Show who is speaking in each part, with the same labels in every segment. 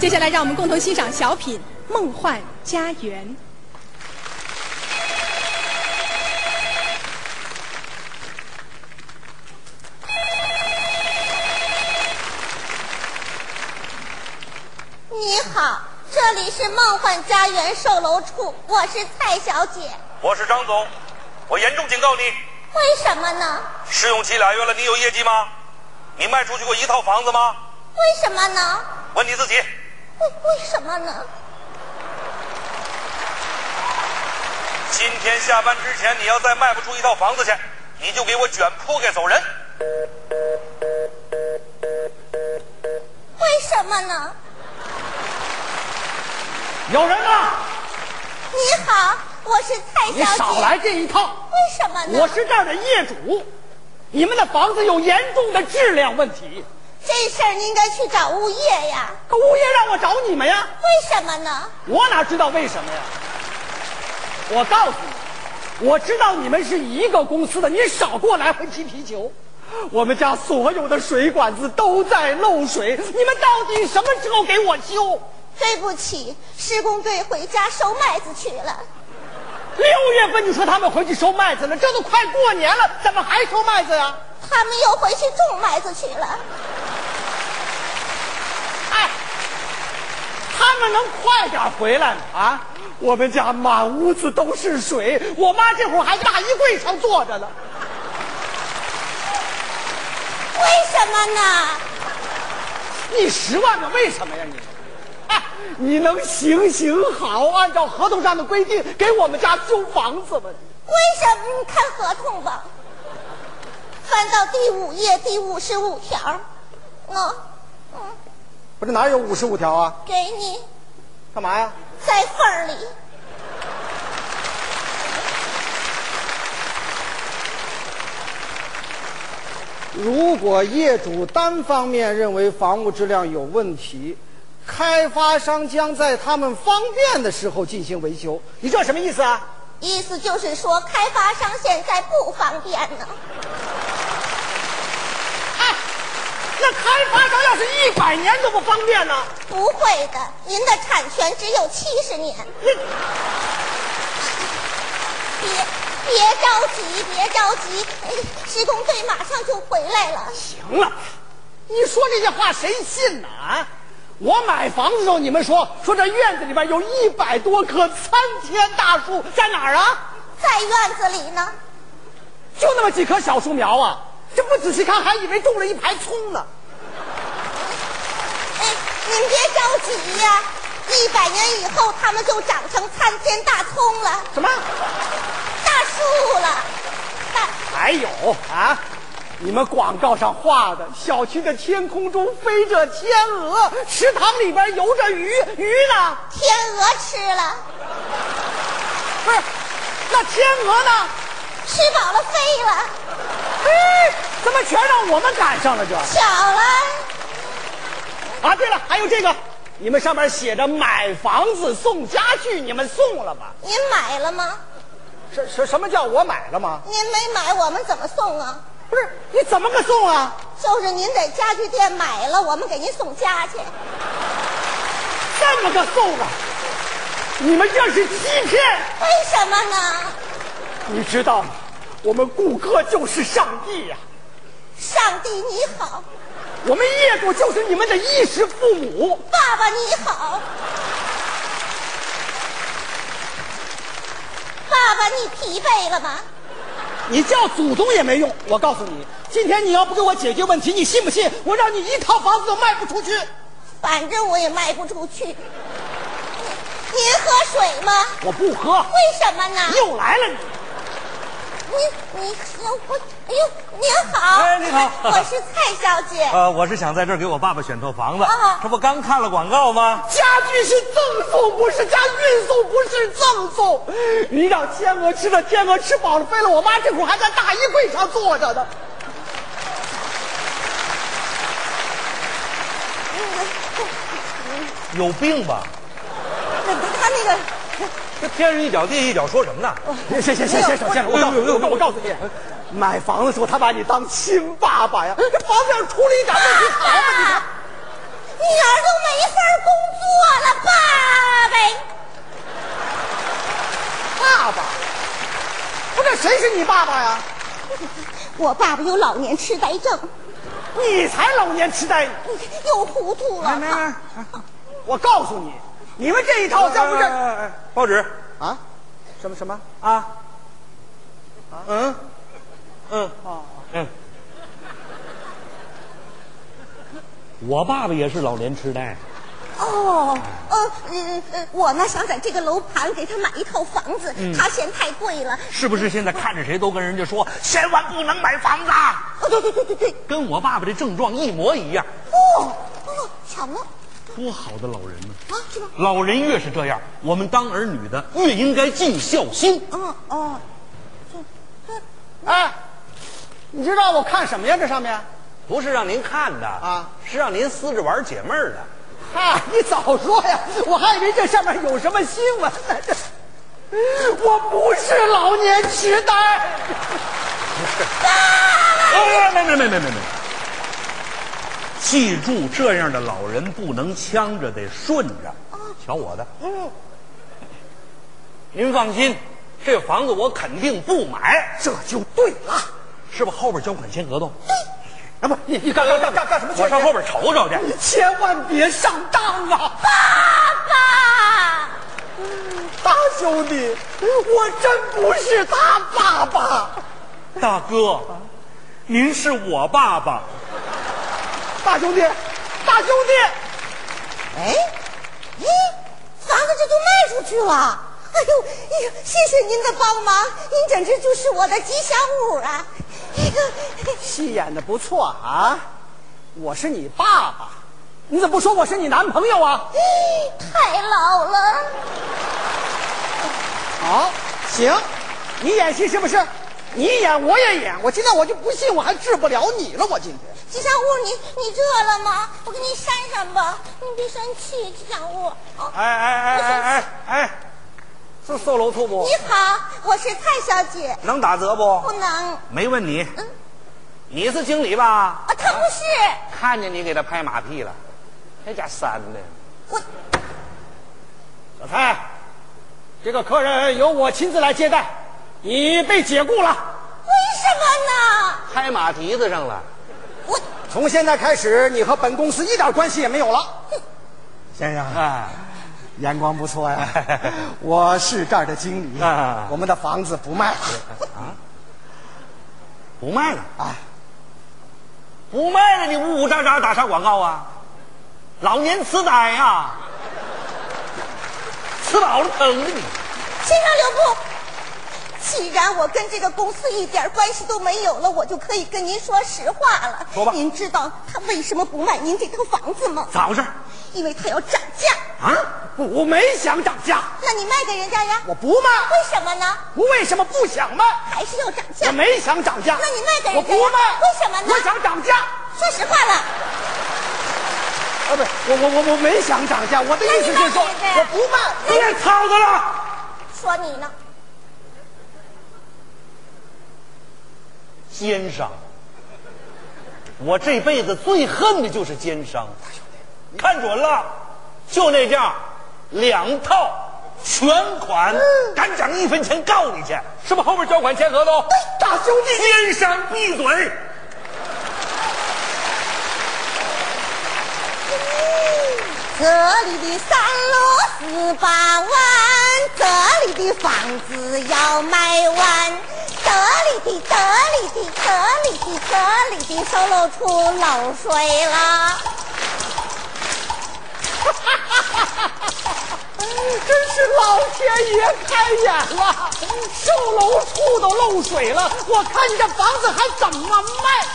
Speaker 1: 接下来，让我们共同欣赏小品《梦幻家园》。
Speaker 2: 你好，这里是梦幻家园售楼处，我是蔡小姐。
Speaker 3: 我是张总，我严重警告你，
Speaker 2: 为什么呢？
Speaker 3: 试用期俩月了，你有业绩吗？你卖出去过一套房子吗？
Speaker 2: 为什么呢？
Speaker 3: 问你自己，
Speaker 2: 为为什么呢？
Speaker 3: 今天下班之前你要再卖不出一套房子去，你就给我卷铺盖走人。
Speaker 2: 为什么呢？
Speaker 4: 有人呐！
Speaker 2: 你好，我是蔡小姐。
Speaker 4: 你少来这一套！
Speaker 2: 为什么呢？
Speaker 4: 我是这儿的业主，你们的房子有严重的质量问题，
Speaker 2: 这事儿，你应该去找物业呀。
Speaker 4: 可物业让我找你们呀，
Speaker 2: 为什么呢？
Speaker 4: 我哪知道为什么呀？我告诉你，我知道你们是一个公司的，你少给我来回踢皮球。我们家所有的水管子都在漏水，你们到底什么时候给我修？
Speaker 2: 对不起，施工队回家收麦子去了。
Speaker 4: 六月份你说他们回去收麦子了，这都快过年了，怎么还收麦子呀？
Speaker 2: 他们又回去种麦子去了。
Speaker 4: 哎，他们能快点回来吗？啊，我们家满屋子都是水，我妈这会儿还在大衣柜上坐着呢。
Speaker 2: 为什么呢？
Speaker 4: 你十万个为什么呀你？哎，你能行行好，按照合同上的规定给我们家修房子吗？
Speaker 2: 为什么？你看合同吧，翻到第五页第五十五条儿，喏，嗯，
Speaker 4: 我这哪有五十五条啊？
Speaker 2: 给你
Speaker 4: 干嘛呀？
Speaker 2: 在缝儿里。
Speaker 5: 如果业主单方面认为房屋质量有问题，开发商将在他们方便的时候进行维修。
Speaker 4: 你这什么意思啊？
Speaker 2: 意思就是说，开发商现在不方便呢。
Speaker 4: 哎，那开发商要是一百年都不方便呢？
Speaker 2: 不会的，您的产权只有七十年。别别着急，别着急，哎施工队马上就回来了。
Speaker 4: 行了，你说这些话谁信呢？啊，我买房子的时候，你们说说这院子里边有一百多棵参天大树，在哪儿啊？
Speaker 2: 在院子里呢，
Speaker 4: 就那么几棵小树苗啊，这不仔细看还以为种了一排葱呢。
Speaker 2: 哎，您别着急呀、一百年以后，它们就长成参天大葱了，
Speaker 4: 什么？
Speaker 2: 大树了，大。
Speaker 4: 还有啊，你们广告上画的小区的天空中飞着天鹅，池塘里边游着鱼，鱼呢？
Speaker 2: 天鹅吃了，
Speaker 4: 不是，那天鹅呢？
Speaker 2: 吃饱了飞了，
Speaker 4: 哎，怎么全让我们赶上了这？
Speaker 2: 巧了，
Speaker 4: 啊，对了，还有这个，你们上面写着买房子送家具，你们送了吧？
Speaker 2: 您买了吗？
Speaker 4: 什什什么叫我买了吗？
Speaker 2: 您没买，我们怎么送啊？
Speaker 4: 不是，你怎么个送啊？
Speaker 2: 就是您在家具店买了，我们给您送家去。哎
Speaker 4: 这么个送啊？你们这是欺骗！
Speaker 2: 为什么呢？
Speaker 4: 你知道吗？我们顾客就是上帝呀、
Speaker 2: 上帝你好，
Speaker 4: 我们业主就是你们的衣食父母。
Speaker 2: 爸爸你好，爸爸你疲惫了吗？
Speaker 4: 你叫祖宗也没用。我告诉你，今天你要不给我解决问题，你信不信我让你一套房子都卖不出去？
Speaker 2: 反正我也卖不出去。您喝水吗？
Speaker 4: 我不喝。
Speaker 2: 为什么呢？
Speaker 4: 又来了你。
Speaker 2: 您你喝我哎呦，您好，
Speaker 3: 哎你好
Speaker 2: 我是蔡小姐。
Speaker 3: 呃，我是想在这儿给我爸爸选套房子
Speaker 2: 啊
Speaker 3: 这不刚看了广告吗？
Speaker 4: 家具是赠送，不是加运送，不是赠送。你让天鹅吃了，天鹅吃饱了飞了。我妈这会儿还在大衣柜上坐着呢。
Speaker 3: 有病吧？
Speaker 2: 他那个哦
Speaker 3: 这天上一脚地一脚，说什么呢？
Speaker 4: 行行行行行行行，我告诉你，我我告诉你，买房的时候他把你当亲爸爸呀，这房子要出了一点问题，好吗？
Speaker 2: 女儿都没法工
Speaker 4: 爸爸呀？
Speaker 2: 我爸爸有老年痴呆症，
Speaker 4: 你才老年痴呆！
Speaker 2: 又糊涂
Speaker 3: 哎
Speaker 2: 了。
Speaker 4: 我告诉你，你们这一套在不是
Speaker 3: 哎哎哎报纸
Speaker 5: 啊？什么什么？
Speaker 4: 啊？
Speaker 3: 嗯，嗯，嗯。
Speaker 6: 我爸爸也是老年痴呆，
Speaker 2: 哦，呃，嗯，呃我呢想在这个楼盘给他买一套房子，
Speaker 3: 嗯
Speaker 2: 他嫌太贵了。
Speaker 6: 是不是？现在看着谁都跟人家说千万不能买房子，啊
Speaker 2: 哦，对对对对对，
Speaker 6: 跟我爸爸这症状一模一样。
Speaker 2: 哦，哦，巧了
Speaker 6: 多好的老人呢、
Speaker 2: 啊，是吧？
Speaker 6: 老人越是这样，我们当儿女的越应该尽孝心。
Speaker 2: 嗯哦，
Speaker 4: 哎，你知道我看什么呀？这上面？
Speaker 6: 不是让您看的啊，是让您撕着玩解闷儿的。
Speaker 4: 嗨、你早说呀！我还以为这上面有什么新闻呢。这，我不是老年痴呆。
Speaker 6: 哦没没没没没没。记住，这样的老人不能呛着，得顺着。瞧我的。您放心，这房子我肯定不买，这就对了，是吧？后边交款签合同。
Speaker 4: 啊不，你你干干干干干什么去？
Speaker 6: 我上后边瞅瞅去。
Speaker 4: 千万别上当啊！
Speaker 2: 爸
Speaker 4: 大兄弟，我真不是他爸爸。
Speaker 6: 大哥，您是我爸爸。
Speaker 4: 大兄弟，大兄弟，
Speaker 2: 哎，哎，房子这就卖出去了。哎呦，哎呦，谢谢您的帮忙，您简直就是我的吉祥物啊！那个，
Speaker 4: 戏演的不错啊！我是你爸爸，你怎么不说我是你男朋友啊？
Speaker 2: 太老了，
Speaker 4: 好，行，你演戏是不是？你演我也演，我今天我就不信我还治不了你了，我今天。
Speaker 2: 吉祥物，你你这了吗？我给你扇扇吧，你别生气，吉祥物。哦
Speaker 3: 哎哎哎哎哎哎，
Speaker 4: 是售楼处不？
Speaker 2: 你好，我是蔡小姐，
Speaker 6: 能打折
Speaker 2: 不
Speaker 6: 不？
Speaker 2: 能，
Speaker 6: 没问你
Speaker 2: 嗯，
Speaker 6: 你是经理吧？
Speaker 2: 啊，她不是
Speaker 6: 看见你给他拍马屁了，那家三的。
Speaker 2: 我，
Speaker 4: 小蔡，这个客人由我亲自来接待，你被解雇了。
Speaker 2: 为什么呢？
Speaker 6: 拍马蹄子上了。
Speaker 2: 我
Speaker 5: 从现在开始，你和本公司一点关系也没有了。先生，
Speaker 6: 啊，
Speaker 5: 眼光不错 呀，我是这儿的经理
Speaker 6: 啊，
Speaker 5: 我们的房子不卖了。
Speaker 6: 不卖了啊！不卖了，你呜呜喳喳打啥广告啊？老年痴呆呀，吃饱了撑的你。
Speaker 2: 先生留步。既然我跟这个公司一点关系都没有了，我就可以跟您说实话了。
Speaker 6: 说吧
Speaker 2: 您知道他为什么不卖您这套房子吗？
Speaker 6: 咋回事
Speaker 2: 因为他要涨价。
Speaker 6: 啊？
Speaker 4: 我没想涨价，
Speaker 2: 那你卖给人家呀？
Speaker 4: 我不卖。
Speaker 2: 为什么呢？
Speaker 4: 我为什么不想卖？
Speaker 2: 还是要涨价
Speaker 4: 我？没想涨价。
Speaker 2: 那你卖给人家
Speaker 4: 我不卖。
Speaker 2: 为什么呢
Speaker 4: 我想涨价。啊，
Speaker 2: 说实话了，
Speaker 4: 不是，我我我我没想涨价，我的意思就是说，
Speaker 2: 那你卖给人家
Speaker 4: 我不卖。
Speaker 6: 别吵他了，
Speaker 2: 说你呢。
Speaker 6: 奸商！我这辈子最恨的就是奸商。看准了，就那价，两套全款，敢涨一分钱告你去，是不是？后面交款签合同。
Speaker 4: 大兄弟，
Speaker 6: 奸商闭嘴！
Speaker 2: 这里的三楼十八万，这里的房子要卖完。这里的，这里的，这里的，这里的，售楼处漏水了。
Speaker 4: 真是老天爷开眼了，售楼处都漏水了，我看你这房子还怎么卖？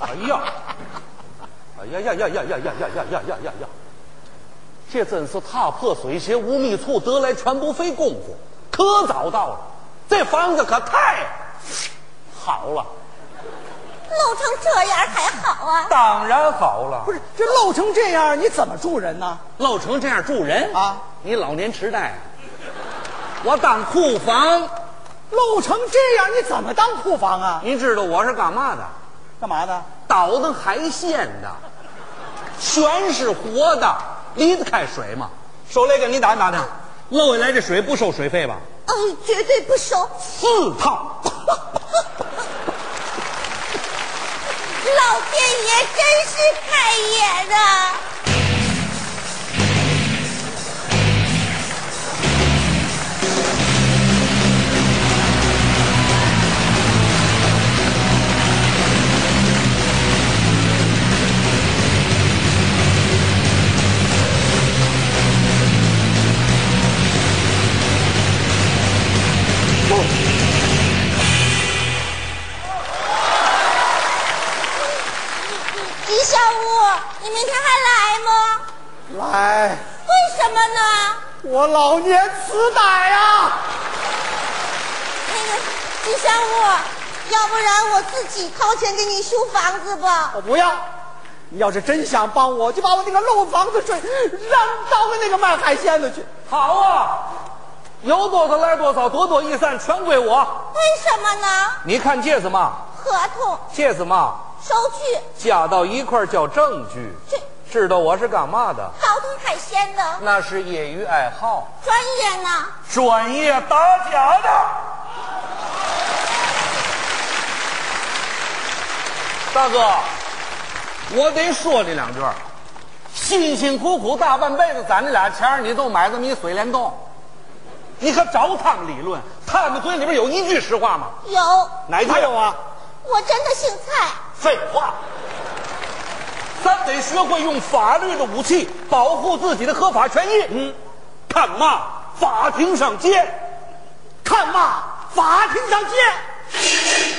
Speaker 6: 哎呀，哎呀呀呀呀呀呀呀呀呀呀呀呀！这真是踏破水鞋无觅处，得来全不费工夫。可早到了，这房子可太好了。
Speaker 2: 漏成这样还好啊？
Speaker 6: 当然好了
Speaker 4: 不，是这漏成这样，你怎么住人呢？
Speaker 6: 漏成这样住人
Speaker 4: 啊！
Speaker 6: 你老年痴呆啊，我当库房，
Speaker 4: 漏成这样，你怎么当库房啊？
Speaker 6: 您知道我是干嘛的？
Speaker 4: 干嘛的？
Speaker 6: 倒腾海鲜的，全是活的，离得开水吗？手雷给你打听打听，漏下来这水不收水费吧？
Speaker 2: 哎，绝对不收。
Speaker 6: 四套，
Speaker 2: 老天爷真是开眼啊！吉祥物，你明天还来吗？
Speaker 4: 来，
Speaker 2: 为什么呢？
Speaker 4: 我老年痴呆啊呀！
Speaker 2: 那个吉祥物，要不然我自己掏钱给你修房子吧。
Speaker 4: 我不要。你要是真想帮我，就把我那个漏房子水让当那个卖海鲜的去。
Speaker 6: 好啊，有多少来多少，多多益善，全归我。
Speaker 2: 为什么呢？
Speaker 6: 你看这什么？
Speaker 2: 合同、
Speaker 6: 这什么？
Speaker 2: 收据、
Speaker 6: 加到一块儿叫证据。
Speaker 2: 这
Speaker 6: 知道我是干嘛的？
Speaker 2: 倒腾海鲜的
Speaker 6: 那是业余爱好，
Speaker 2: 专业呢？
Speaker 6: 专业打假的。大哥，我得说你两句儿。辛辛苦苦大半辈子攒那俩钱儿你都买这么一水帘洞，你可找他们理论？他们嘴里边有一句实话吗？
Speaker 2: 有，
Speaker 6: 哪句？还有啊？
Speaker 2: 我真的姓蔡。
Speaker 6: 废话，咱得学会用法律的武器保护自己的合法权益。嗯，看嘛，法庭上见。
Speaker 4: 看嘛，法庭上见。